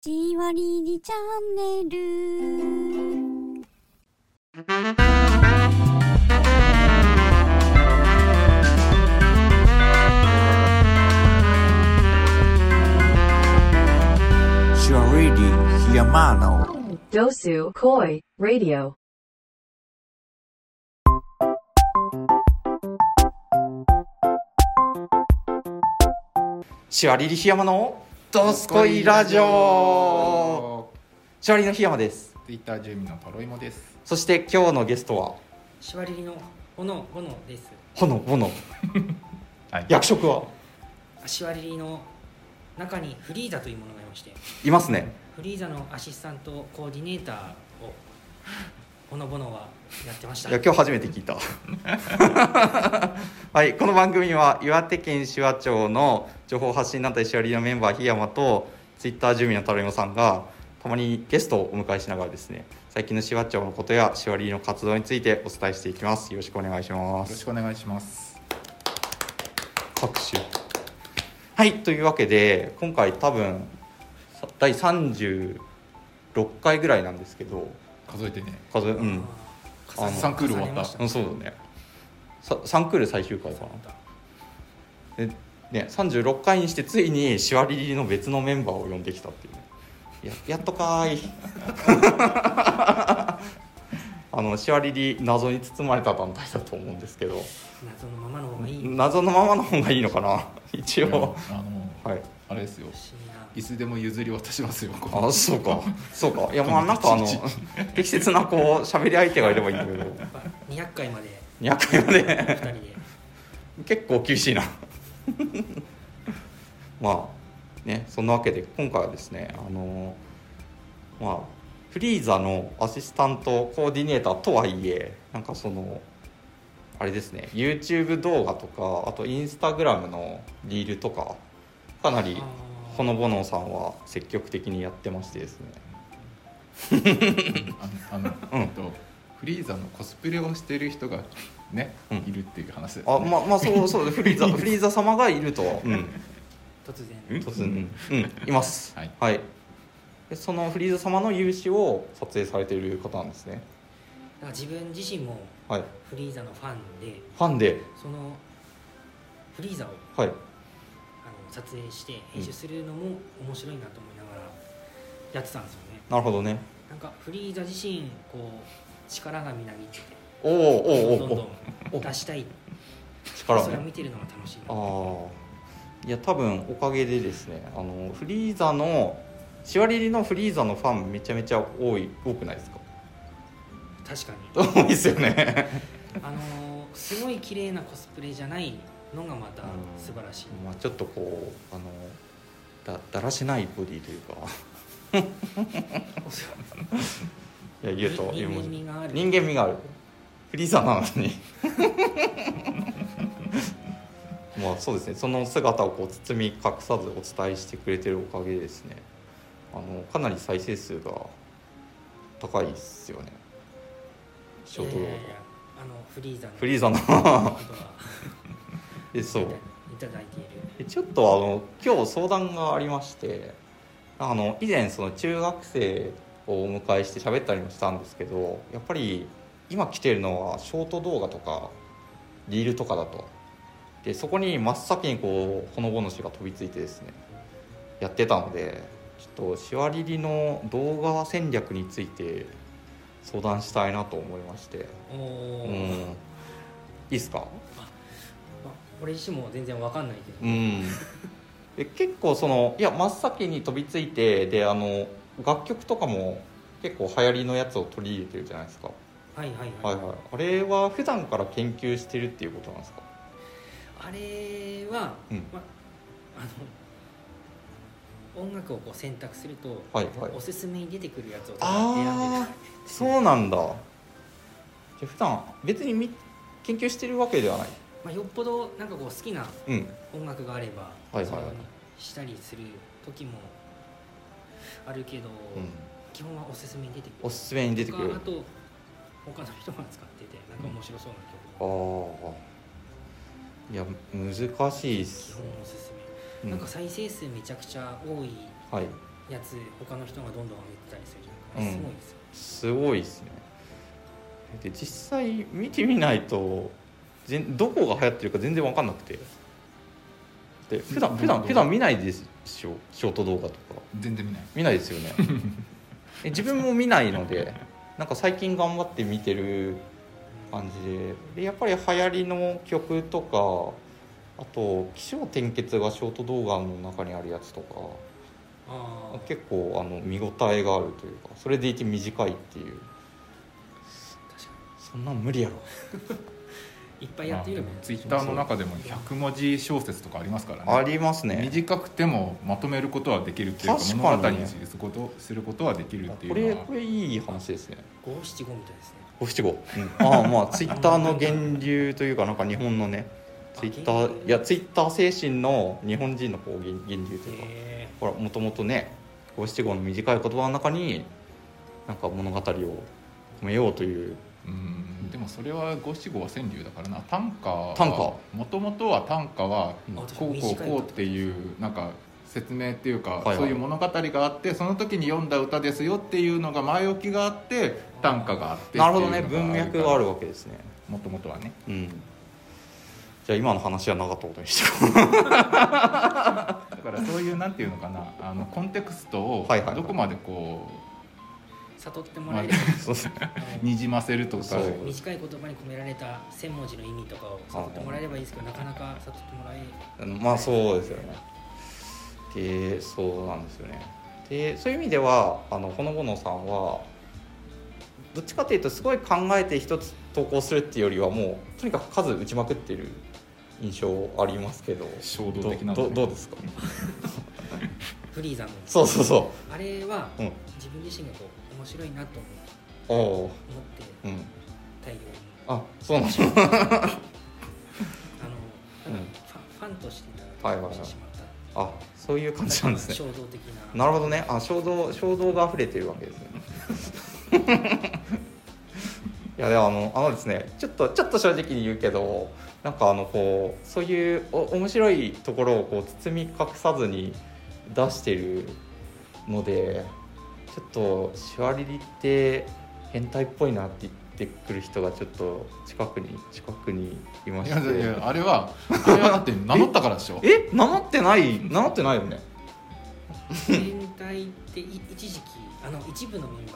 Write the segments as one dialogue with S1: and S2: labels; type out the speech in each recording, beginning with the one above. S1: じわりにチャンネル。
S2: You are ready, Yamano.
S3: Dosu Koi Radio.
S4: シワリリヒヤマのドスコイラジオシワリのヒヤマです
S5: ツイッター住民のトロイモです。
S4: そして今日のゲストは
S6: しわりりの炎炎です。
S4: ほのほの
S5: はい
S4: 役職は
S6: しわりりの中にフリーザというものがいまして、
S4: いますね
S6: フリーザのアシスタントコーディネーターをほのぼのはやってました。
S4: いや今日初めて聞いたはいこの番組は岩手県紫波町の情報発信団体シワリのメンバー檜山とツイッター住民のタロイモさんがたまにゲストをお迎えしながらですね最近の紫波町のことやシワリの活動についてお伝えしていきますよろしくお願いしま
S5: よろ
S4: す
S5: しくお願いします。
S4: 各種はいというわけで今回多分さ第36回ぐらいなんですけど
S5: 数えてね。
S4: 数えうん
S6: 重ね
S4: あの
S5: サンクール終わった
S6: 重ねまし
S4: うんそうだねさ3クール最終回かなでね36回にしてついにシワリリの別のメンバーを呼んできたっていうねややっとかーい あのシワリリ謎に包まれた団体だと思うんですけど
S6: 謎のままの方がいい。不思
S4: 謎のままの方がいいのかな一
S5: いや
S4: 応
S5: あの、
S4: はい
S5: あれですよ。
S6: 議な
S5: 椅子でも譲り渡しますよ。ここ
S4: あそうかそうかいやまあなんかあの適切なこう喋り相手がいればいいんだけど
S6: やっぱ200回まで
S4: 200回まで
S6: 2人で。
S4: 結構厳しいなまあねそんなわけで今回はですねあのまあフリーザのアシスタントコーディネーターとはいえなんかそのあれですね YouTube 動画とかあと Instagram のリールとかかなり
S6: あー
S4: ほのぼのさんは積極的にやってましてですね
S5: あの、
S4: うん
S5: えっと、フリーザのコスプレをしてる人がね、
S4: うん
S5: いるっていう話です、ね。
S4: あまあまあそうそうフ リーザフリーザ様がいると、うん、
S6: 突然。
S4: 突然、うん、います
S5: はい
S4: でそのフリーザ様の勇姿を撮影されている方なんですね
S6: だから自分自身も
S4: はいフ
S6: フリーザのファンで、
S4: ァンで
S6: そのフリーザを
S4: はい
S6: あの撮影して編集するのも面白いなと思いながらやってたんですよね
S4: なるほどね
S6: なんかフリーザ自身こう力がみなぎって
S4: おーお
S6: どん
S4: ー
S6: ど
S4: おーお
S6: んど
S4: お
S6: んどん出したい
S4: 力
S6: それを
S4: ね
S6: 見てるのが楽しい
S4: ああいや多分おかげでですねあのフリーザのシワリリのフリーザのファンめちゃめちゃ多い多くないですか
S6: 確か
S4: 多
S6: に
S4: いですよね
S6: あのーすごい綺麗なコスプレじゃないのがまた素晴らしい
S4: まあちょっとこうあのだだらしないボディというか いや言うと
S6: 人間
S4: 言う
S6: 味がある
S4: 人間味があるフリーザなの にまあそうですねその姿をこう包み隠さずお伝えしてくれてるおかげでですねあのかなり再生数が高いですよねショート
S6: い
S4: 動
S6: や
S4: 画
S6: いやいやあのフリーザの
S4: フリーザの
S6: ことは
S4: でそう
S6: いただいてい
S4: で
S6: る
S4: ちょっとあの今日相談がありましてあの以前その中学生をお迎えして喋ったりもしたんですけどやっぱり今来てるのはショート動画とかリールとかだとでそこに真っ先にこうほのぼのしが飛びついてですねやってたのでちょっとしわりりの動画戦略について相談したいなと思いまして
S6: お
S4: う
S6: お
S4: ん
S6: ー、
S4: いいっすか
S6: まあ俺自身も全然わかんないけど、
S4: うん、で結構そのいや真っ先に飛びついてであの楽曲とかも結構流行りのやつを取り入れてるじゃないですか、
S6: はいはいは
S4: はい
S6: い、
S4: はい、あれは普段から研究してるっていうことなんですか
S6: あれは、
S4: うん
S6: まあの音楽をこう選択すると、
S4: はいはい
S6: おすすめに出てくるやつを選んで
S4: ああそうなんだじゃあ普段別にみ研究してるわけではない
S6: まあ、よっぽどなんかこう好きな
S4: うん
S6: 音楽があれば、
S4: はいはいはい
S6: それにしたりする時もあるけど、
S4: うん
S6: 基本はおすすめに出てく
S4: お
S6: る
S4: すすめに出てくる
S6: とかあと他の人が使っててなんか面白そうな曲
S4: あ
S6: も、
S4: あいや難しいっ
S6: 基
S4: す
S6: 本おすすめ、
S4: うん
S6: なんか再生数めちゃくちゃ多い
S4: はい
S6: やつ他の人がどんどん上げてたりするじゃ
S4: うんん
S6: すごいですよ、
S4: すごいですねで実際見てみないとぜんどこが流行ってるか全然分かんなくてで普段
S5: うん
S4: 普段普段見ないでしょショート動画とか
S5: 全然見ない
S4: 見ないですよ ねえ自分も見ないのでなんか最近頑張って見てる感じででやっぱり流行りの曲とかあと起承転結がショート動画の中にあるやつとか
S6: ああ
S4: 結構あの見応えがあるというかそれでいて短いっていう
S6: 確か
S4: そんなん無理やろ
S6: にいっぱいやっていれば
S5: ツイッターの中でも100文字小説とかありますからね
S4: ありますね
S5: 短くてもまとめることはできるっていうか
S4: 確かにね
S5: 物語にすることすることはできるってい
S4: こ
S5: う
S4: れ
S5: のは
S4: これいい話ですね
S6: 五七五みたいですね
S4: 五七五ああまあツイッターの源流というかなんか日本のねツイッターいやツイッター精神の日本人のこう源源流というか
S6: へ
S4: ほらもともとね五七五の短い言葉の中になんか物語を込めようという
S5: うんでもそれは五七五は川柳だからな短歌は
S4: 短歌
S5: もともとは短歌は
S4: うん
S6: あ私
S5: こうこう
S6: 短い
S5: こうっていうなんか説明っていうか、
S4: いはい
S5: そういう物語があってその時に読んだ歌ですよっていうのが前置きがあって短歌があって
S4: なるほどね文脈があるわけですね
S5: もともとはね
S4: うんじゃあ今の話はなかったことにして
S5: だからそういうなんていうのかなあのコンテクストを
S4: はいはいはい
S5: どこまでこ
S6: 悟ってもらえる、
S4: そうですね
S6: あ の
S5: うにじませるとか
S4: そう
S6: 短い言葉に込められた1000文字の意味とかを悟ってもらえればいいですけどなかなか悟ってもらえ
S4: まあそうですよねでそうなんですよねでそういう意味ではあのほのぼのさんはどっちかというとすごい考えて一つ投稿するっていうよりはもうとにかく数打ちまくってる印象ありますけど
S5: 衝動的な
S4: ど
S5: の
S4: どどうですか
S6: フリーザの
S4: そうそうそ
S6: あれは
S4: ううん
S6: 自分自身がこう面白いなと思って
S4: おお
S6: 思って
S4: ーうん
S6: 大量に
S4: あそうなんです
S6: あのなんかファ,、ファンとしていた
S4: は
S6: だ
S4: いはい
S6: こ
S4: は
S6: う
S4: い
S6: としてしまった、
S4: あそういう感じなんですね
S6: 衝動的な
S4: なるほどねあ衝動衝動が溢れてるわけですねいやでもあのあのですねちょっとちょっと正直に言うけどなんかあのこうそういうお面白いところをこう包み隠さずに出してるのでちょっとシュワリリって変態っぽいなって言ってくる人がちょっと近くに近くにいま
S5: い
S4: し
S5: や
S4: て
S5: いやいやあれはあれはだって名乗ったからでしょ
S4: え名乗ってない名乗ってないよね
S6: 全体ってい一時期あの一部のメンバ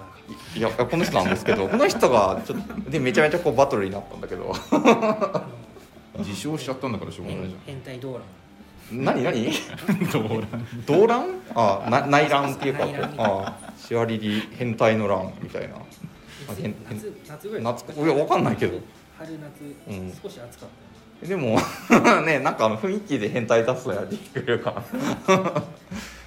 S6: ー
S4: いやこの人なんですけどこの人がちょっとでめちゃめちゃこうバトルになったんだけど
S6: が あの
S5: 自称しちゃったんだからしょうがない
S6: 変
S5: じゃ
S6: 変態動乱
S4: 何何
S5: んどうなん
S4: 動乱あな内乱っていうか
S6: 内乱みたいな
S4: あシワリリ変態の乱みたいなあ変変
S6: 夏夏ぐらい
S4: 夏いやわかんないけど
S6: 春夏、
S4: うん
S6: 少し暑かっ
S4: でも ねなんかあの雰囲気で変態出すのやってくれるから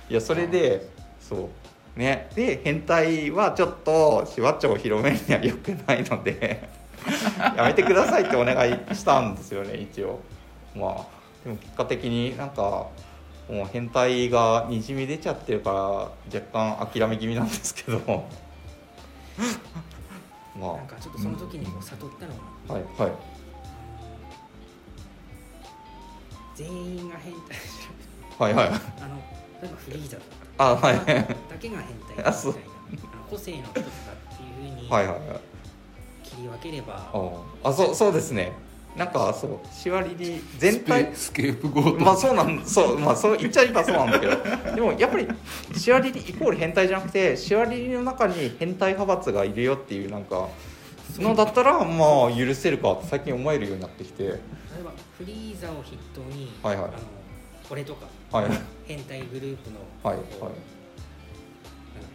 S4: いやそれでそうねで変態はちょっとシワっちょを広めるには良くないの でやめてくださいってお願いしたんですよね一応まあでも結果的になんかもう変態がにじみ出ちゃってるから若干諦め気味なんですけど ま
S6: たなんかちょっとその時にこう悟ったのが、
S4: あはいはい
S6: 全員が変態
S4: はいはい
S6: あの例えばフリーザだ
S4: あはい
S6: ったらだけが変態だ
S4: あ
S6: みた
S4: そ
S6: いうなあの個性の人とかっていうふうに
S4: はいはいはい
S6: 切り分ければ、
S4: ああそうそうですねなんかそうシワリリ全体
S5: スケープゴート、
S4: まあそうなんそうまあそう言っちゃえばそうなんだけどでもやっぱりシワリリイコール変態じゃなくてシワリリの中に変態派閥がいるよっていうなんかのだったらまあ許せるかって最近思えるようになってきて
S6: 例えばフリーザを筆頭に、
S4: はいはい
S6: あの俺とか
S4: はい
S6: 変態グループの、
S4: はいはい
S6: こうなんか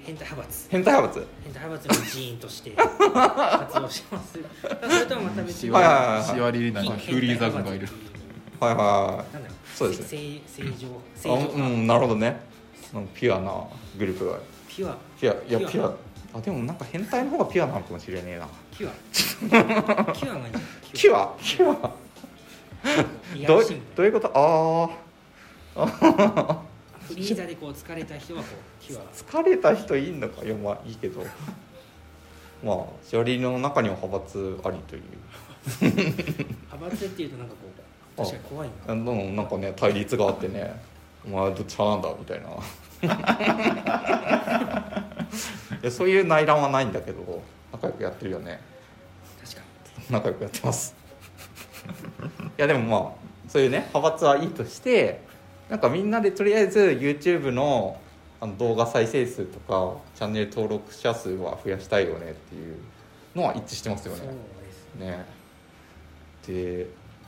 S6: 変態派閥
S4: 変態派閥
S6: 変態派閥の一員 として活動してますそれとはまた別
S5: シ
S6: に
S5: ワ
S4: はいはいはい
S5: シワリリナに
S6: 非
S5: フリーザ軍がいる
S6: 変態派閥っていう
S4: はいは
S6: なんだろ
S4: そうです
S6: ね正常
S4: い
S6: 正
S4: はい
S6: 常
S4: あうんなるほどねなんかピュアなグループが
S6: ピュア
S4: ピュアいや
S6: ピ
S4: ピ
S6: ュ
S4: ュ
S6: ア
S4: アあでもなんか変態の方がピュアなのかもしれねえな
S6: ピュ アキュアがいいんじゃない
S4: ピュアピュア
S6: リア
S4: ど
S6: ル
S4: う
S6: シン
S4: どういうことああ
S6: フリーザでこう疲れた人はこうピュア
S4: 疲れた人いんのかいやまあいいけど まあしおりの中には派閥ありという
S6: 派閥っていうとなんかこう確かに怖い
S4: あ
S6: な
S4: のなんかね対立があってねお前どっち派なんだみたいな いやそういう内乱はないんだけど仲良くやってるよね
S6: 確か
S4: 仲良くやってます いやでもまあそういうね派閥はいいとしてなんかみんなでとりあえず YouTube のあの動画再生数とかチャンネル登録者数は増やしたいよねっていうのは一致してます
S6: に
S4: よ
S6: そう
S4: ね
S6: です
S4: ねで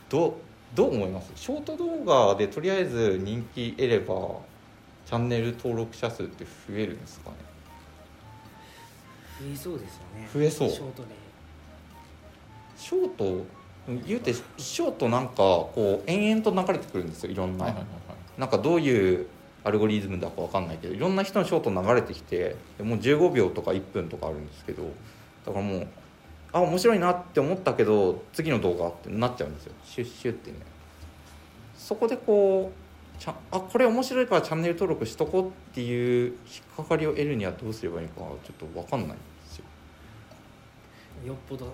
S4: どうどう思いますショート動画でとりあえず人気得ればチャンネル登録者数って増えるんですかね
S6: 増えそうですよね
S4: 増えそう
S6: ショートで
S4: ショート言うてショートなんかこう延々と流れてくるんですよいろんな、
S5: はいはいはい
S4: なんかどういうアルゴリズムだかわかんないけどいろんな人のショート流れてきてでもう15秒とか1分とかあるんですけどだからもうあ面白いなって思ったけど次の動画ってなっちゃうんですよシュッシュってねそこでこうちゃんあこれ面白いからチャンネル登録しとこうっていう引っかかりを得るにはどうすればいいのかちょっとわかんないんですよ、
S6: よっぽど
S4: うん、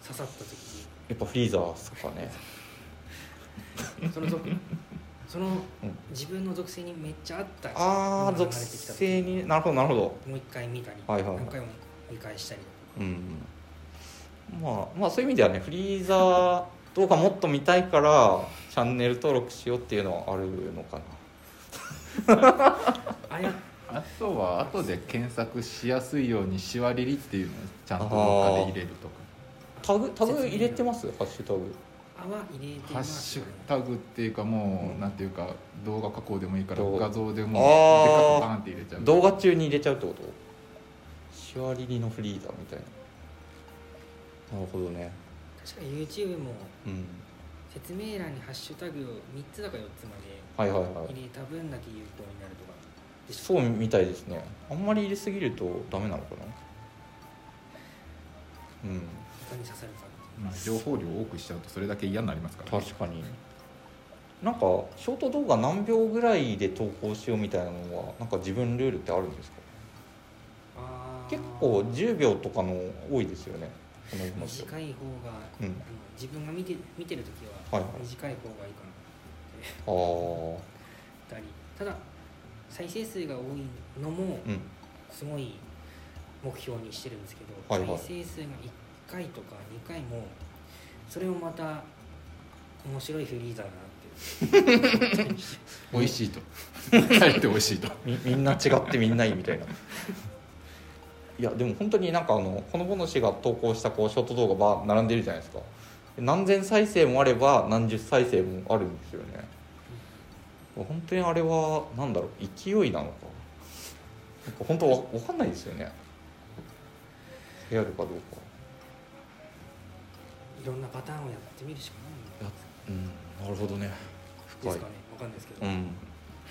S6: 刺さった時に
S4: やっぱフリーザーっすかね
S6: その属その
S4: うん
S6: 自分の属性にめっちゃ合った
S4: ああ
S6: もの
S4: 属
S6: が流れてきた時
S4: 性になるほどなるほど
S6: もう一回見たり、
S4: はいはいはい
S6: 何回も見返したり
S4: うんまあまあそういう意味ではねフリーザー動画もっと見たいからチャンネル登録しようっていうのはあるのかな
S6: あれは
S5: あとは後で検索しやすいようにしわりりっていうのをちゃんとどっかで入れるとか
S4: タグタグ入れてますハッシュタグ
S6: あは入れて
S5: ハ
S6: ま
S5: ッシ
S6: す
S5: ュ
S6: よね
S5: タグっていうかも
S4: う
S5: うんなんていうか動画加工でもいいから
S4: どう
S5: 画像でも
S4: あー
S5: でかくバーンって入れちゃう
S4: 動画中に入れちゃうってことシュワリリのフリーザーみたいななるほどね
S6: 確か YouTube も
S4: うん
S6: 説明欄にハッシュタグを3つだか4つま
S4: はいはいは
S6: で
S4: い
S6: 入れた分だけ有効になるとかで
S4: そうみたいですねあんまり入れすぎるとダメなのかなうん
S6: 他に刺さるかな
S5: まあ情報量多くしちゃうとそれだけ嫌になりますからね
S4: 確かになんかショート動画何秒ぐらいで投稿しようみたいなのはなんか自分ルールってあるんですか
S6: あー
S4: 結構10秒とかの多いですよねこの動き
S6: 短い方が、
S4: うん
S6: あの自分が見て見てる時
S4: はい
S6: は
S4: はい
S6: 短い方がいいかな
S4: あー
S6: たりただ再生数が多いのも
S4: うん
S6: すごい目標にしてるんですけど、
S4: はいはい
S6: 再生数が1回とか2回もそれをまた面白いフリーザーだなって
S5: 美味しいと書いて美味しいと
S4: みみんな違ってみんないいみたいないやでも本当になんかあのこのぼの氏が投稿したこうショート動画ば並んでるじゃないですか何千再生もあれば何十再生もあるんですよね本当にあれはなんだろう勢いなのかなんか本当わわかんないですよね流行るかどうか
S6: いろんなパターンをやってみるしかない
S4: やうんなるほどね
S6: んで
S4: 深い
S6: すかねわかんないですけど、
S4: うん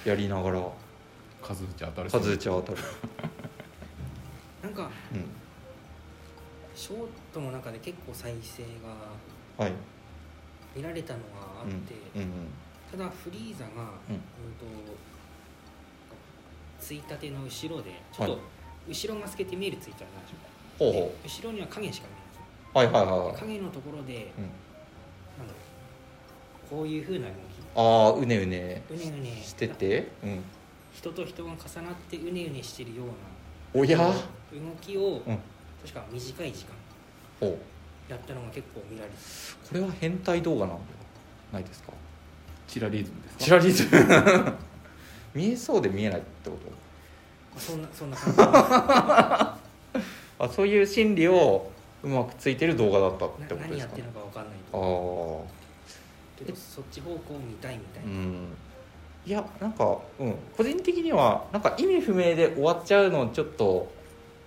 S4: やりながら
S5: 数打ち当たる
S4: 数打ちは当たる
S6: なんか
S4: うん
S6: ショートの中で結構再生が
S4: はい
S6: 見られたのがあって、
S4: うんうん
S6: ただフリーザが、
S4: うん
S6: うんとついたての後ろでちょっ
S4: は
S6: と
S4: い
S6: 後ろが透けて見えるついたてなんですよ
S4: ほう
S6: で
S4: ほ
S6: 後ろには影しか見え
S4: うはいはいはい
S6: ない
S4: はい
S6: んですよ影のところで
S4: うん
S6: なんだろうこういう風な動
S4: ああうねうね
S6: きうねうね
S4: してて、うん、
S6: 人と人が重なってうねうねしてるような
S4: おや
S6: 動きを、
S4: うん
S6: 確か短い時間
S4: ほう
S6: やったのが結構見 られて
S4: これは変態動画なんではないですか
S5: チラリズムですか
S4: チラリズム 見えそうで見えないってこ
S6: そんなそん な感じ
S4: とあそういう心理をうまくついてる動画だったって
S6: な
S4: こと
S6: 何
S4: で
S6: や
S4: す
S6: っ
S4: か、
S6: て
S4: ね
S6: る、のか分かんない
S4: ああ
S6: と
S4: ー
S6: けどそっち方向を見たいみたいうな、
S4: んいやなんか、うん、個人的にはなんか意味不明で終わっちゃうのちょっと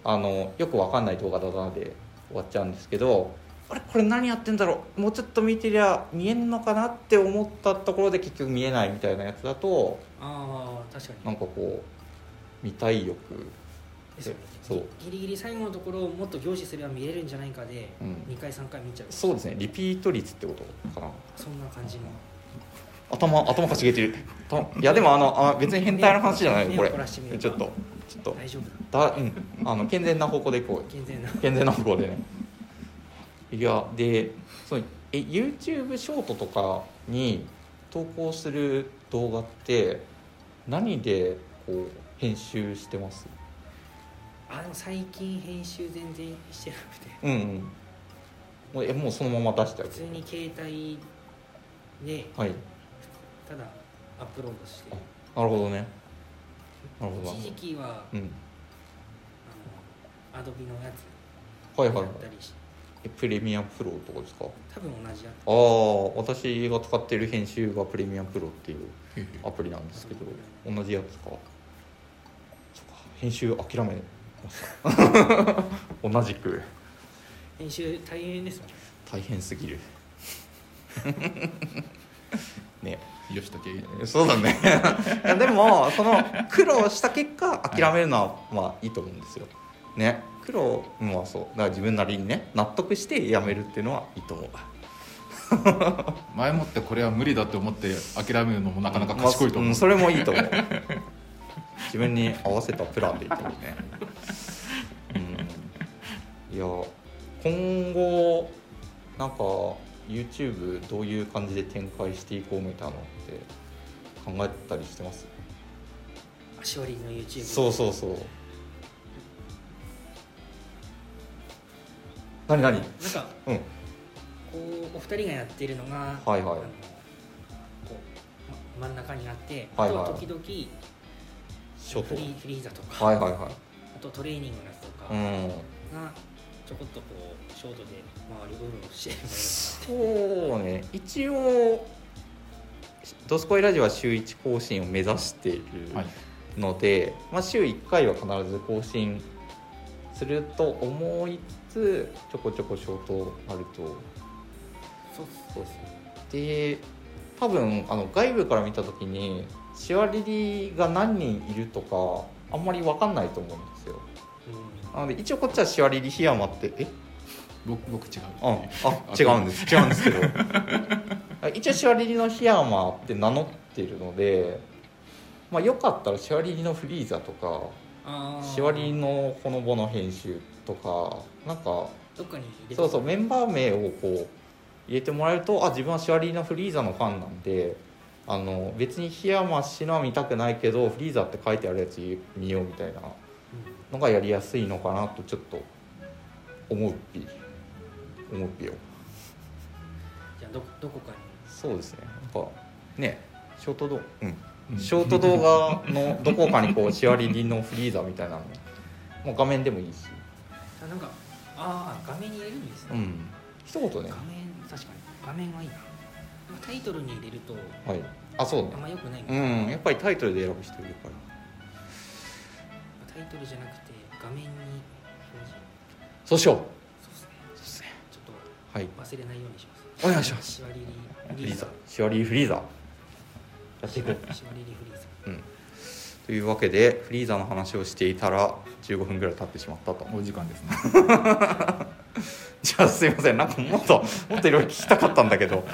S4: あのよくわかんない動画だなで終わっちゃうんですけどあれこれ何やってんだろうもうちょっと見てりゃ見えんのかなって思ったところで結局見えないみたいなやつだと
S6: ああ確か
S4: なん
S6: に
S4: かこう見たい欲、
S6: ですよね
S4: そう
S6: ギリギリ最後のところをもっと凝視すれば見れるんじゃないかで、
S4: うん
S6: 2回3回見ちゃう
S4: そうですねリピート率ってことかな
S6: そんな感じの
S4: 頭頭かしげてる頭いやでもあのあ別に変態の話じゃないよこれ
S6: 目を凝らしてみれば
S4: ちょっとちょっと
S6: 大丈夫だ
S4: だ、うん、あの健全な方向でいこうよ
S6: 健全な
S4: 健全な方向でねいやでそのえ YouTube ショートとかに投稿する動画って何でこう編集してます
S6: あでも最近編集全然してなくて
S4: うんうんもうえもうそのまま出しちゃう
S6: 普通に携帯で
S4: はい
S6: ただアップロードして
S4: なるほどねなるほどな
S6: 一時期は
S4: うん
S6: あのアドビのやつ
S4: はい
S6: だ
S4: はいはい
S6: ったりし
S4: えプレミアプロとかですか
S6: 多分同じや
S4: ああ私が使ってる編集がプレミアプロっていうアプリなんですけど同じやつかそっか編集諦めました同じく
S6: つ編集大変ですもんね
S4: 大変すぎる ね
S5: よしとけ
S4: そうだねいやでもその苦労した結果諦めるのはまあいいと思うんですよね苦労まあそうだから自分なりにね納得してやめるっていうのはいいと思う
S5: 前もってこれは無理だと思って諦めるのもなかなか賢いと
S4: ま
S5: 思う、
S4: あんそれもいいと思う自分に合わせたプランでいってもね、うん、いや今後なんか YouTube どういう感じで展開していこうみたいなのって考えたりしてます
S6: 足割りの YouTube
S4: そうそうそう何何
S6: なんか
S4: うん
S6: こうお二人がやってるのが、
S4: はいはい
S6: あのこうま真ん中にあって、
S4: はいはい
S6: あとは時々
S4: ショ
S6: フリ
S4: ー
S6: ーフリーザと
S4: ト
S6: か、
S4: はいはいは
S6: あとトレーニングのやつとか
S4: いうん
S6: がちょこっとこうショートで周りうろうろしてる
S4: そうね一応「ドスコイラジオ」は週1更新を目指している
S5: はい
S4: ので、まあ、週1回は必ず更新すると思いつつちょこちょこショートあると
S6: そう
S4: そうですねで多分あの外部から見た時にシワリリが何人いるとかあんまり分かんないと思うんですよ
S6: うん
S4: なので一応こっちはシワリリ檜山ってえ
S5: 僕僕違う
S4: うん、あ違うんです 違うんですけど一応シワリリの檜山って名乗ってるので、まあ、よかったらシワリリのフリーザとか
S6: あー
S4: シワリリのほのぼの編集とかなんか
S6: どっかに入れて
S4: そうそうメンバー名をこう入れてもらえるとあ自分はシワリリのフリーザのファンなんであの別に檜山氏のは見たくないけどフリーザって書いてあるやつ見ようみたいな
S6: うん
S4: のがやりやすいのかなとちょっと思うっぴ思うっぴよ
S6: じゃあどどこかに
S4: そうですねなんかねショート動うん
S5: うん
S4: ショート動画のどこかにこうシワリリのフリーザみたいなのもう画面でもいいし
S6: あなんかああ画面に入れるんです
S4: う
S6: ね、
S4: ん一言ね
S6: 画面確かに画面はいいななんかタイトルに入れると
S4: はいあそうね
S6: あんま良くないみた
S4: う
S6: いな、
S4: んやっぱりタイトルで選ぶ人いるから
S6: タイトルじゃなくて画面に表示
S4: そうしよう
S6: そうですね
S4: そうですね
S6: ちょっと
S4: はい
S6: 忘れないようにします。
S4: お願いします
S6: シワリリ
S4: フ
S6: フ
S4: リ
S6: リ
S4: ー
S6: ーザ
S4: ザ。シワリリフリーザやって
S6: シ
S4: い
S6: ワ
S4: こう
S6: リリフリーザ。
S4: というわけでフリーザの話をしていたら15分ぐらい経ってしまったと
S5: お時間ですね
S4: じゃあすいませんなんかもっともっといろいろ聞きたかったんだけど、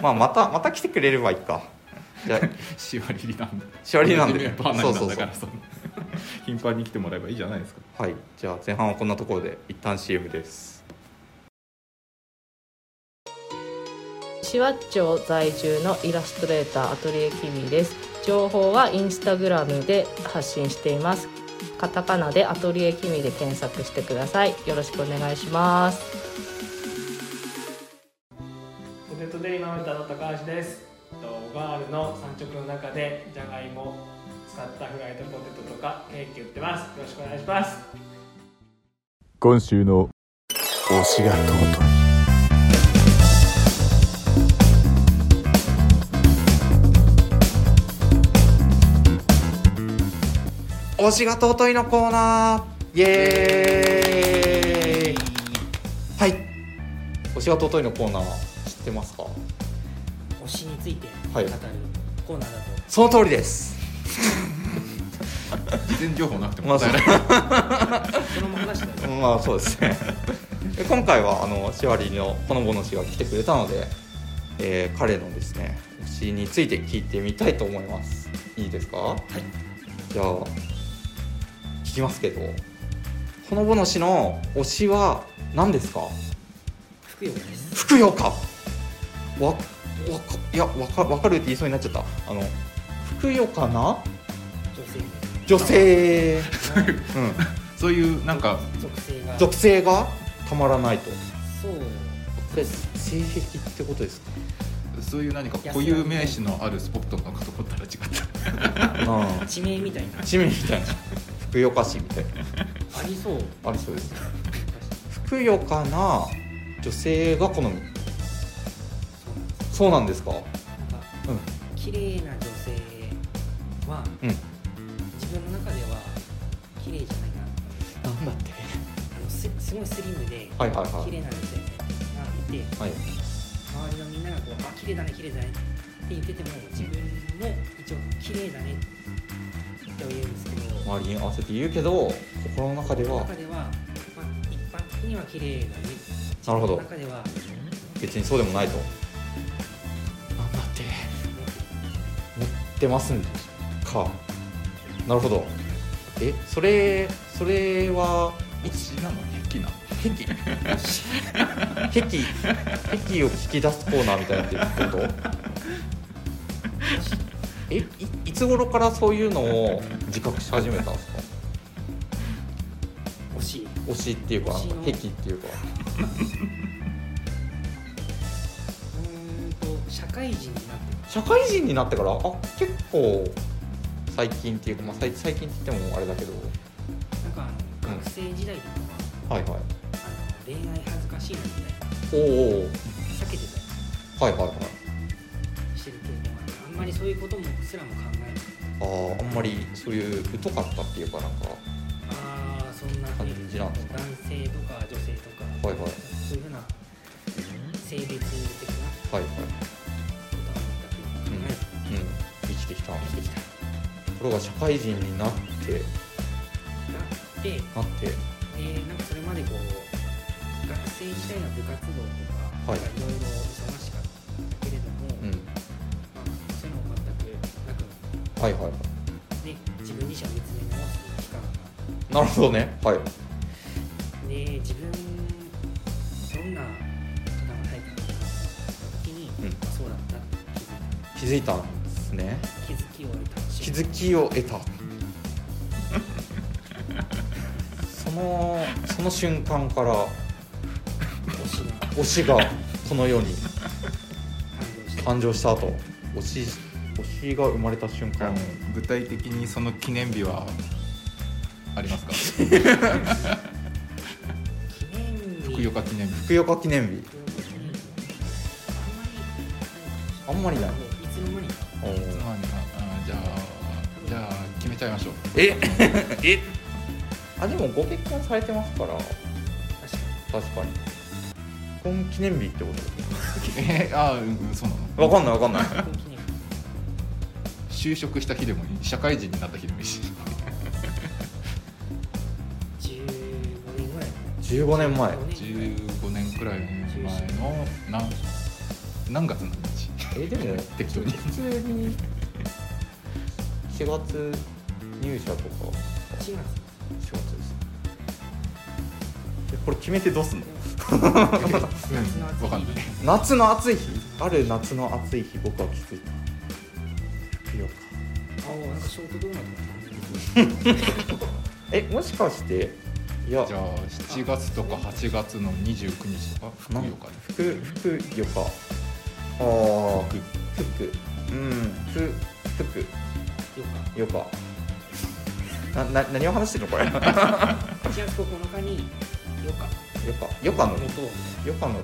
S4: まあ、またまた来てくれればいいかじゃあ
S5: しわりりなんで
S4: しわりりなんで
S5: 同じメン バーなんだ
S4: そうそうそう
S5: だからその頻繁に来てもらえばいいじゃないですか
S4: はい、じゃあ前半はこんなところで一旦 CM です。
S7: シワッチョ在住のイラストレーターアトリエキミです情報はインスタグラムで発信していますカタカナでアトリエキミで検索してくださいよろしくお願いします
S8: ポテトデリマウンターの高橋です。えっとガールの産直の中でじゃがいも使ったフライドポテトとかケーキ売ってます。よろしくお願いします。
S9: 今週の推しが尊い
S4: 推しが尊いのコーナー、イエーイ。はい、推しが尊いのコーナー知ってますか？
S6: 推しについて語
S4: はい
S6: るコーナーだと。
S4: その通りです。
S5: 事前情報なくて
S4: ま
S5: も
S4: あそう
S5: 答えられる、
S6: その話だよ。
S4: まあそうですね。 で今回はあのシワリのこのぼの氏が来てくれたので、えー彼のですね推しについて聞いてみたいと思います。いいですか？はい。じゃあ聞きますけど、このぼの氏の推しは何ですか？
S6: 服用です。
S4: ふくよかわわかいやわかわかるって言いそうになっちゃったあのふくよかな
S6: 女性です。
S4: 女性
S5: そういうなんか
S6: 属 性が
S4: 属性がたまらないと
S6: そう
S4: これ性癖ってことですか
S5: そういう何か固有名詞のあるスポットなのかと思ったら違った
S4: あ
S6: 地名みたいな
S4: 地名みたいな福岡市みたいな
S6: ありそう
S4: ありそうですふくよかな女性が好み
S6: そうなんです
S4: そうなんですか
S6: なんか綺麗な女性は
S4: うんうん
S6: 自分の中では綺麗じゃないな
S4: なんだって
S6: あのすすごいスリムで
S4: はいはいはい
S6: 綺麗な女性がいて
S4: はい
S6: 周りのみんながこう「あ綺麗だね綺麗だね」って言ってても自分も一応綺麗だねっては言うんですけど
S4: 周りに合わせて言うけど心の中では
S6: 中では、まあ、一般的には綺麗だね
S4: なるほど
S6: 自分の中では
S4: 別にそうでもないとなんだって持ってますんかなるほどえそれそれは
S5: 推しなのにきな
S4: 壁壁壁を聞き出すコーナーみたいになってるって ことえいいつ頃からそういうのを自覚し始めたんですか
S6: 惜しい
S4: 推しっていうか
S6: 推しの
S4: 壁っていうか
S6: うーんと社会人になって
S4: 社会人になってからあ結構最近っていうか、まあ、最最近って言ってもあれだけど
S6: なんかあの
S4: うん
S6: 学生時代とかは、
S4: はいはい
S6: あの恋愛恥ずかしいなみたいな
S4: おうおう
S6: 避けてた
S4: はいはいはい
S6: りしてるけれどもあんまりそういうこともすらも考えない
S4: あーあんまりそういう疎かったっていうかなんか
S6: ああそんなふうに
S4: 感じなん
S6: 男
S4: です
S6: 性とか女性とか、
S4: はいはい
S6: そういうふうな性別的な
S4: はいはい
S6: ことは全く考えず
S4: うん生きてきた
S6: 生きてきた
S4: ところが社会人になって
S6: なって
S4: なって
S6: でなんかそれまでこう学生時代の部活動とか、
S4: はい
S6: いろいろ忙しかったけれども、
S4: うん
S6: まあ、そういうのも全くなくな
S4: はいはいは
S6: って自分自身を見つめ直す期間が
S4: いなるほどねはい
S6: で自分どんな方がタイプなのかなった時に、
S4: うん
S6: あそうだったって
S4: 気づいたんですね
S6: 気づき気づきを得た
S4: 気づきを得た そのその瞬間から
S6: 推しが
S4: 推しがこの世に
S6: 誕生した
S4: 誕生した後推し推しが生まれた瞬間、
S5: 具体的にその記念日はありま すか
S6: 記念日
S5: 福岡記念日
S4: 福岡記念日
S6: 記念日あんまり
S4: あんまりない
S6: もういつの間にか
S4: おー
S5: まああじゃあじゃあ決めちゃいましょう
S4: え えあでもご結婚されてますから
S6: 確かに
S4: 確かに婚記念日ってこと
S5: えああうんうんそうなの
S4: わかんないわ かんない
S6: 結婚記念日
S5: 就職した日でもいい社会人になった日でもいいし
S6: 15年ぐらい
S4: 15年前
S6: 15年ぐら
S5: 15
S6: い
S5: 年くらい前の何何月の日
S4: えでも
S5: 適当に
S4: 普通 に4月入社とか
S6: 1
S4: 4月で
S6: 月
S4: すえこれ決めてどうすんの
S5: うんわかんない
S4: 夏の暑い日ある夏の暑い日僕は気づいた福岡
S6: あおなんかショート動画とか
S4: えもしかしていや
S5: じゃあ7月とか8月の29日とか福
S4: な
S5: 岡
S4: ん
S5: で
S4: 福福岡ああ
S5: 福
S4: 福うんふ福
S6: よか
S4: よかなな何を話してる のこれよか
S6: 1月9日によか
S4: よかの
S6: 元
S4: 日よかの日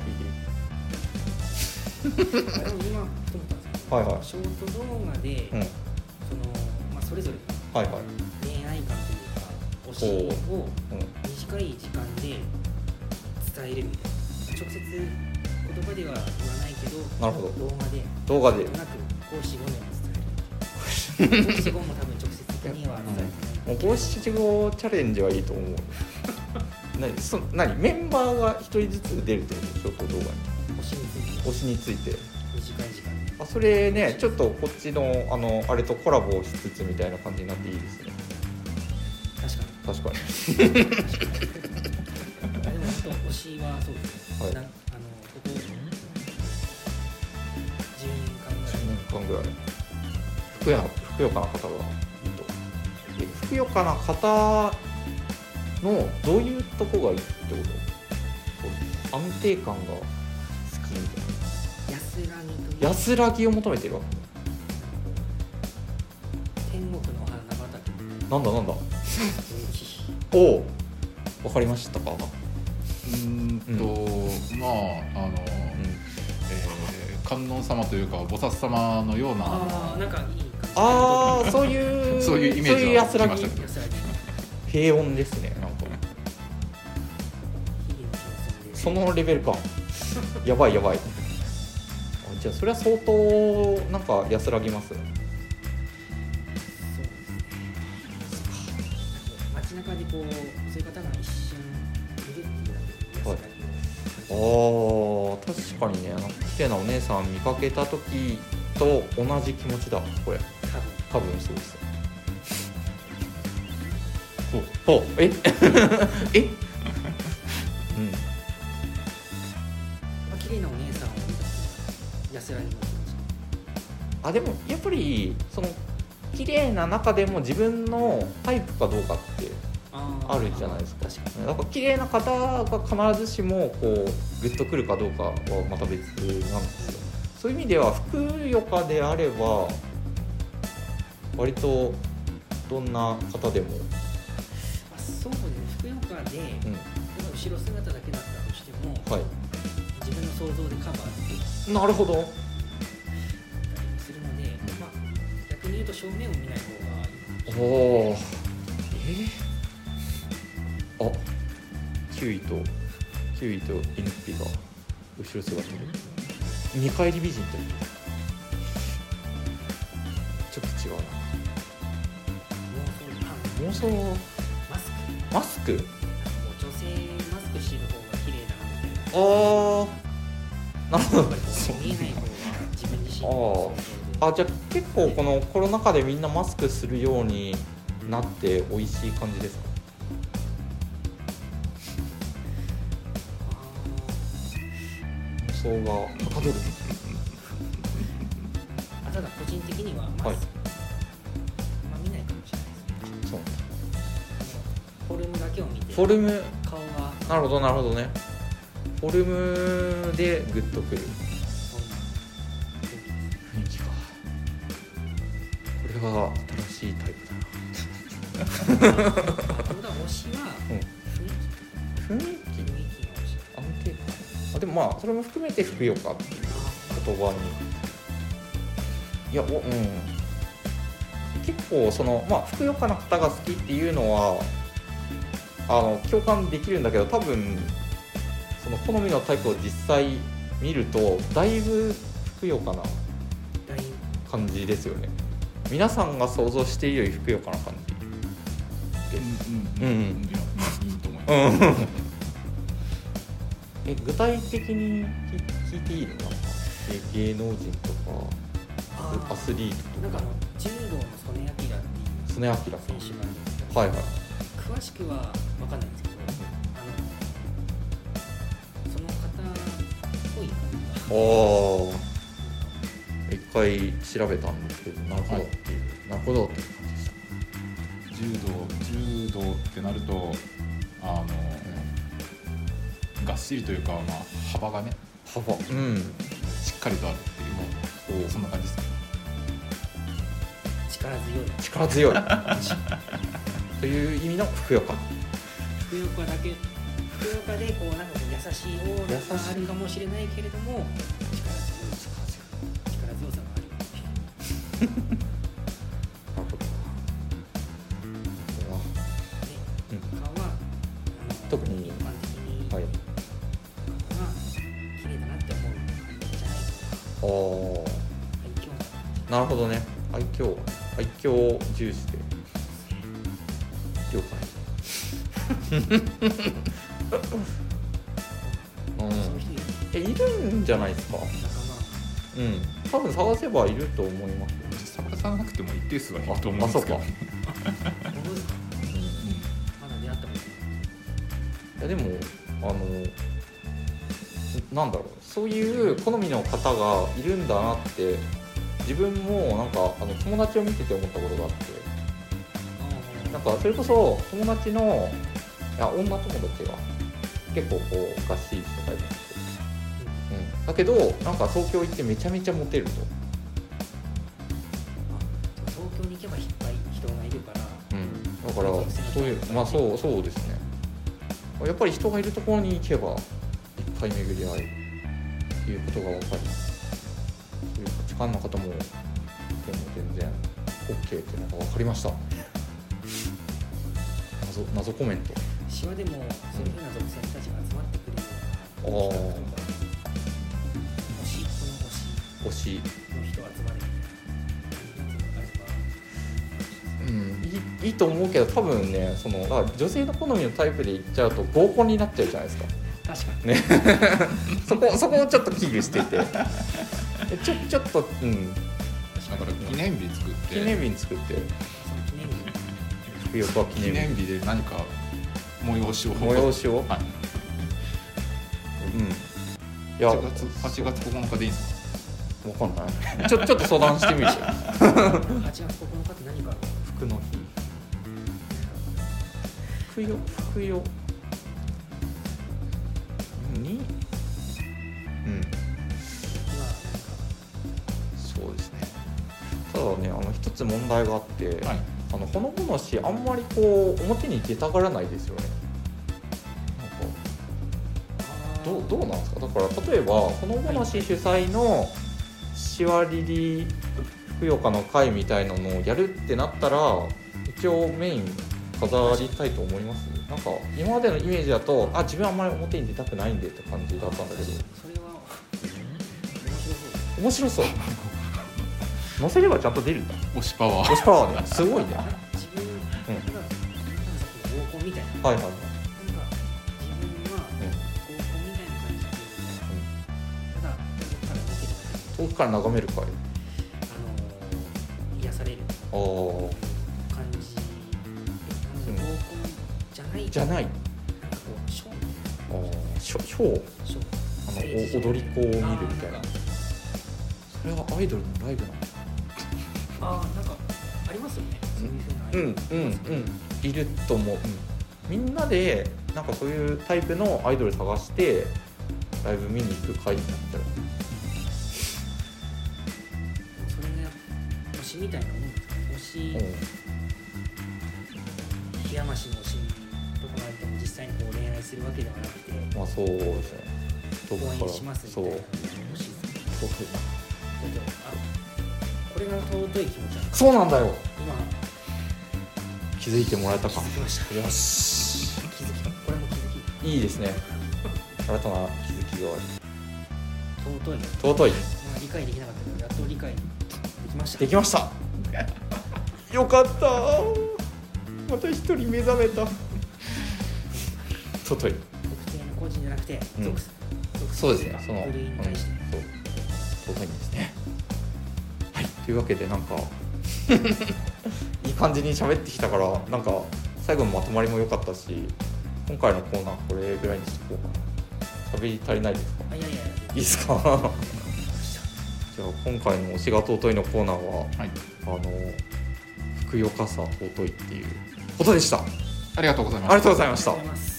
S6: あでも今ふと思ったんですけど、
S4: はいはい
S6: ショート動画で、
S4: うん
S6: そのまあ、それぞれ
S4: はいはい
S6: 恋愛観というか推しを
S4: うん
S6: 短い時間で伝えるみたいな直接言葉では言わないけど
S4: なるほど
S6: 動画で
S4: 動画で
S6: なんとなくこうしごめを 伝えるこうしごも多分直接的には伝えてない
S4: もう五七五チャレンジはいいと思う 何そ何メンバーが一人ずつ出るってことショート動画に
S6: 推しについて
S4: 推しについて
S6: 短い時間で
S4: あそれねちょっとこっちのあのあれとコラボをしつつみたいな感じになっていいですね
S6: 確かに
S4: 確かに
S6: あでもちょっと推しはそうですね、
S4: はい
S6: なあのここ10年間ぐら
S4: 10年間ぐら
S6: い
S4: い福山福岡の方がいいとえふくよかな方のどういうとこがいいってことこう安定感が好きみたい
S6: 安らぎという
S4: な安らぎを求めてるわ
S6: 天国のお花
S4: け
S6: 畑
S4: なんだなんだおおわかりましたか、
S5: うんと、まああの、えー観音様というか菩薩様のような
S6: ああなんかいい感じ
S4: ああ そういう
S5: そういうイメージは
S4: そういう安らぎ
S5: しました
S6: 安らぎ
S4: 平穏ですねなんか
S6: 日々の謙遜で
S4: そのレベル感やばいやばいあじゃあそれは相当なんか安らぎます
S6: そうですね街中でこうそういう方が一瞬いるっていうのは安らぎを
S4: あー確かにねあの綺麗なお姉さん見かけた時と同じ気持ちだこれ
S6: 多分
S4: 多分そうですほうほうえ え うん
S6: まあ綺麗なお姉さんを見た時は安らぎの気持ち
S4: あでもやっぱりその綺麗な中でも自分のタイプかどうかって
S6: あ
S4: あるじゃないですか
S6: 確か
S4: だから綺麗な方が必ずしもこうグッとくるかどうかはまた別なんですよそういう意味ではふくよかであれば割とどんな方でも、
S6: まあ、そうねふくよかで、例え
S4: うん、
S6: ば後ろ姿だけだったとしても
S4: はい
S6: 自分の想像でカバーでき
S4: なるほど
S6: たりもするので、まあ、逆に言うと正面を見ない方が
S4: お
S6: いい
S4: おえー、あキウイとキウイとイヌッピが後ろ姿に見返り美人ってちょっと違うな
S6: 妄想に反応
S4: 妄想
S6: マスク
S4: マスク
S6: もう女性マスクしてる方が綺麗だなみたいな
S4: あーなるほ
S6: やっぱりこう見えない方が自分自身の想像で
S4: どあじゃあ結構このコロナ禍でみんなマスクするようになって美味しい感じですか妄想がはかどる
S6: あーあただ個人的にはマスク、
S4: はい
S6: まあ、見ないかもしれない
S4: そう
S6: ですフォルムだけを見て
S4: フォルム
S6: 顔が
S4: なるほどなるほどねフォルムでグッとくる
S6: そんな雰囲
S4: 雰囲気
S6: 気
S4: かこれは新しいタイプだな
S6: あとだ推しは
S4: うん
S6: 雰囲
S4: 雰囲
S6: 気雰囲気が推し
S4: 気安定感あでもまあそれも含めてふくよかっていう言葉にいやおうん結構そのまあふくよかな方が好きっていうのはあの共感できるんだけど多分その好みのタイプを実際見るとだいぶふくよかな
S6: ライン
S4: 感じですよね皆さんが想像しているよりふくよかな感じ
S5: うんうん
S4: うん
S5: いやいいと思います
S4: え具体的に聞聞いていいのかなえ芸能人とかアスリート
S6: な
S4: とか
S6: んかあの柔道の曽根明っていう
S4: 曽根明さん
S6: 選手がいるんですけど、
S4: はいはい
S6: 詳しくは分かんないんですけどあのその方っぽい感じが
S4: あー一回調べたんですけどなるほどっていう、なるほどっていう感じでし
S5: 柔道柔道ってなるとあの、がっしりというか、まあ、幅がね
S4: た幅うん
S5: しっかりとあるっていう
S4: そう
S5: そんな感じですね
S6: 力強い
S4: 力強い という意味のふくよか
S6: ふくよかだけふくよかでこうなんかこう優しいオーラがあるかもしれないけれども力強い力強さがある
S4: なるほど
S6: で顔はあの
S4: 特に
S6: 一般的に
S4: はい
S6: 顔が綺麗だなって思うじゃないですか
S4: あー
S6: 愛嬌が
S4: なるほどね愛嬌愛嬌を重視で了解 うん
S6: そういう人い
S4: えい
S6: る
S4: るんじゃないですかうん多分探せばいると思います
S5: 実際探さなくても一定数はいると思うんですけど
S4: ああそう
S6: 仲間どうですかまだ出会ったこと
S4: い
S6: ない
S4: やでもあのなんだろうそういう好みの方がいるんだなって自分もなんかあの友達を見てて思ったことがあって
S6: あ
S4: なんかそれこそ友達のいや女友達が結構こうおかしい人がいるんですよ、うん、だけどなんか東京行ってめちゃめちゃモテると、
S6: 東京に行けばいっぱい人がいるから
S4: だからそういうまあそうそうですねやっぱり人がいるところに行けばいっぱい巡り合えるっていうことが分かりますそういう価値観の方もでも全然 OK っていうのが分かりました 謎謎コメント
S6: 島でもそういうふうな属性の人たちが集まってくるような
S4: あー
S6: 企画とか推しこの
S4: 推し
S6: 推しの人集まれみたいなやつがあれば
S4: いいいと思うけど多分ねそのだから女性の好みのタイプでいっちゃうと合コンになっちゃうじゃない ですか
S6: 確かに
S4: ねそこそこをちょっと危惧しててでちょちょっと、うん、
S5: だから記念日作って
S4: 記念日に作って
S6: その記念日
S4: 食欲は記
S5: 記
S4: 念日
S5: 念日で何か催しを
S4: 催しを、
S5: はい
S4: うんいや
S5: 8月8月9日でいいんですか
S4: わかんないちょちょっと相談 してみるよ
S6: 8月9日って何かある
S4: 服の日服よ服よにうん
S6: 今なんか
S4: そうですねただねあの一つ問題があって、
S5: はい
S4: あのほのぼのしあんまりこう表に出たがらないですよねなんかどうどうなんですかだから例えばほのぼのし主催のしわりりふよかの会みたいなのをやるってなったら一応メイン飾りたいと思いますなんか今までのイメージだとあ自分あんまり表に出たくないんでって感じだったんだけど
S6: それは面白そ
S4: 面白そ
S6: う
S4: う 載せればちゃんと出るんだ
S5: 推しパワー
S4: 押しパワーねすごいね
S6: 自分
S4: うん
S6: なんかなんかさっきの合コンみたいななんか
S4: はいはいはい
S6: 自分は合コンみたいな感じっていう
S4: 遠
S6: のはただどこから見てるだけで
S4: くから眺める会
S6: あの癒される
S4: あー
S6: 感じえなんか合コンじゃない
S4: じゃない
S6: なんかこうショー
S4: あーショショー
S6: ショー
S4: あのお踊り子を見るみたいなそれはアイドルのライブなんだ
S6: あーなんかありますよねそういうふうなアイ
S4: う
S6: デ
S4: ん
S6: ア
S4: うんうんいると思う、みんなでなんかそういうタイプのアイドル探してライブ見に行く会になったら
S6: それが推しみたいなもんですね推し冷やましの推しとかがあっても実際にこう恋愛するわけではなくて
S4: うんまあそうですね遠く
S6: 応援します
S4: そう
S6: みたいな推しですね
S4: そう
S6: だけどあこれが尊い気持ちなんです
S4: そうなんだよ
S6: 今
S4: 気づいてもらえた
S6: 気
S4: か
S6: づきました
S4: よし
S6: 気づきこれも気づき
S4: いいですね新たな気づきがある
S6: 尊いま
S4: 尊い
S6: あ理解できなかったけどやっと理解できました
S4: できましたよかったまた一人目覚めた尊い
S6: 特定の個人じゃなくて
S4: うん
S6: 属属
S4: そうですねその
S6: 部類に対して
S4: うんそう尊いんですねはいというわけでなんか いい感じに喋ってきたからなんか最後のまとまりも良かったし今回のコーナーこれぐらいにしとこうかな喋り足りないですか
S6: あいやいやいや
S4: いいです かじゃあ今回の「推しが尊い」のコーナーは
S5: はい
S4: あのふくよかさ尊いっていうことでしたあ
S5: ありがとうございま
S4: りが
S5: す
S4: とうございまし
S6: あ
S4: た
S6: りがとうございます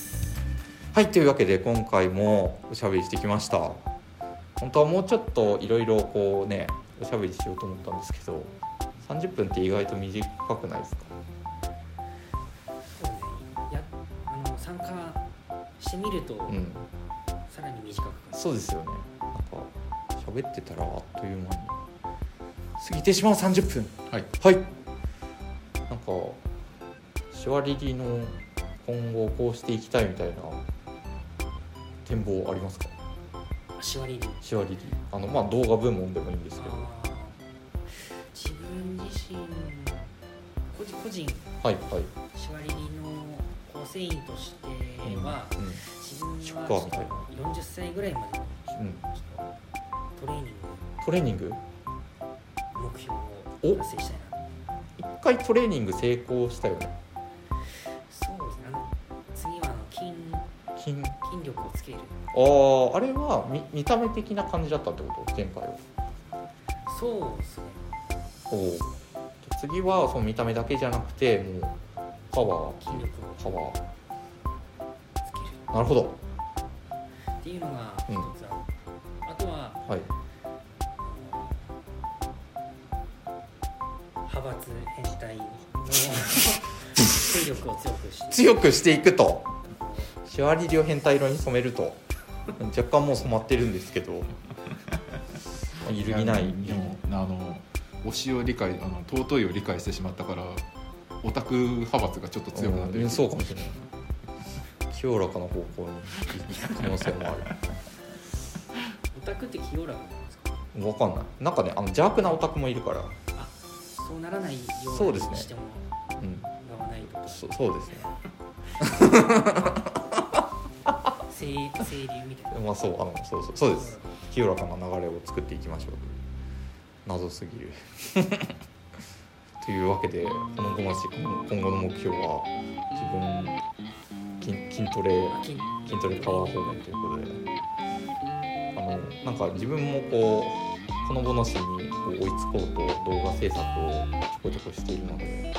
S4: はいというわけで今回もおしゃべりしてきました本当はもうちょっといろいろこうねおしゃべりしようと思ったんですけど30分って意外と短くないですか
S6: そうねやあの参加してみると、
S4: うん
S6: さらに短く感じ
S4: そうですよねなんか喋ってたらあっという間に過ぎてしまう30分
S5: はい
S4: はいなんかシワリリの今後こうしていきたいみたいな展望ありますか
S6: 足割りに
S4: シワリリあのまあ動画部門でもいいんですけど
S6: あー自分自身個人個人
S4: はいはい、
S6: 足割りの構成員としては、
S4: うん
S6: 自分は
S4: シ
S6: ち
S4: ョ
S6: ょ
S4: ッ
S6: っ
S4: クはみたいな
S6: と40歳ぐらいまでの
S4: うん、
S6: ちょっとトレーニン
S4: トレーニング
S6: グの目標を達成したいな
S4: 一回トレーニング成功したよね
S6: そうですねあの次はあの筋
S4: 筋あ
S6: 筋力をつける
S4: ああれは見見た目的な感じだったってこと前回は
S6: そうですね
S4: おお次はその見た目だけじゃなくてもうカバー
S6: 筋力を
S4: カバー
S6: つける
S4: なるほど
S6: っていうのが
S4: う
S6: 一
S4: ん
S6: つある、あとは
S4: はい
S6: 派閥変態の勢力を強くして
S4: 強くしていくとシュワリリを変態色に染めると若干もう染まってるんですけど揺るぎない
S5: でもあの推しを理解あの尊いを理解してしまったからオタク派閥がちょっと強くなって
S4: う
S5: る
S4: んそうかもしれない清らかな方向に行く可能性もあ
S6: オタクって清らかなんですか
S4: る分かんないなんかねあの邪悪なオタクもいるから、
S6: あそうならないよ
S4: そう
S6: う
S4: ですね
S6: にしても
S4: うん、
S6: らわないとか
S4: そそうですね
S6: 清清流みたいな
S4: まあそうあのそうそうそうです清らかな流れを作っていきましょう謎すぎる というわけでこの5月今後の目標は自分筋筋トレ
S6: あ筋
S4: 筋トレパワー方面ということであのなんか自分もこうこのボノシにこう追いつこうと動画制作をちょこちょこしているので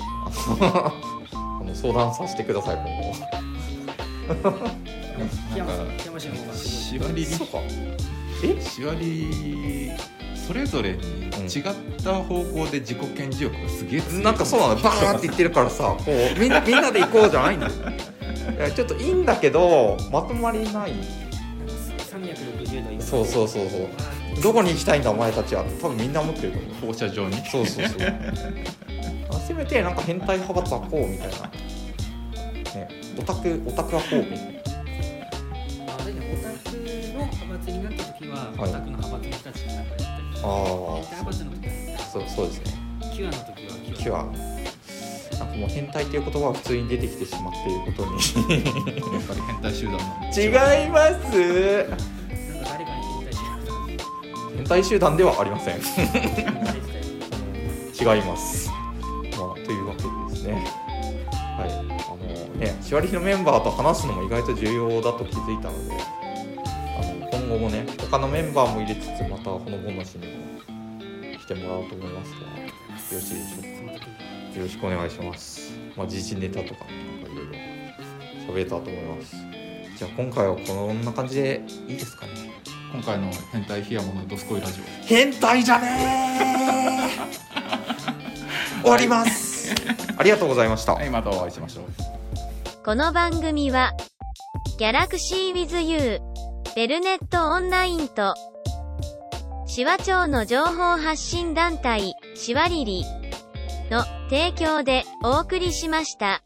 S4: あの あの相談させてください今後
S6: 木
S5: なん
S6: 山
S5: か
S6: 木山氏の方がす
S5: シ
S6: ごい
S5: ワリリ
S4: そうか
S5: シワリそれぞれに違った方向で自己顕示欲がすげえ強い
S4: なんかそうなのバーって言ってるからさこうみんなみんなで行こうじゃないんだよいやちょっといいんだけどまとまりない
S6: なんか360度今
S4: そうそうそうそうどこに行きたいんだお前たちは多分みんな思ってると思う
S5: 放射状に
S4: そうそうそうあせめてなんか変態派閥はこうみたいな、ね、オタクオタクはこうみたいな
S6: あれねオタクの派閥になった時は、
S4: はい
S6: オタクの派閥の人たちが仲良かったり
S4: あ
S6: 変態派閥の時は
S4: あそうそうですね
S6: キュアの時はキュア
S4: キュアなんかもう変態っていう言葉は普通に出てきてしまっていることに
S5: やっぱり変態集団なんで
S4: 違います
S6: なんか誰かに変態しなくて
S4: 変態集団ではありません
S6: 言われてたよ
S4: 違いますまあというわけでですねはいあのねしわりひのメンバーと話すのも意外と重要だと気づいたのであの今後もね他のメンバーも入れつつまたこのボナシにも来てもらおうと思いますがよろしいでしょうか
S6: その時に
S4: よろしくお願いします。まあ、時事ネタとか、なんかいろいろ喋れたと思います。じゃあ、今回はこんな感じでいいですかね。
S5: 今回の変態冷やものドスコイラジオ
S4: 変態じゃね ー終わります。ありがとうございました
S5: は。いまたお会いしましょう
S10: この番組は、ギャラクシー with you ベルネットオンラインと、シワ町の情報発信団体、シワリリの提供でお送りしました。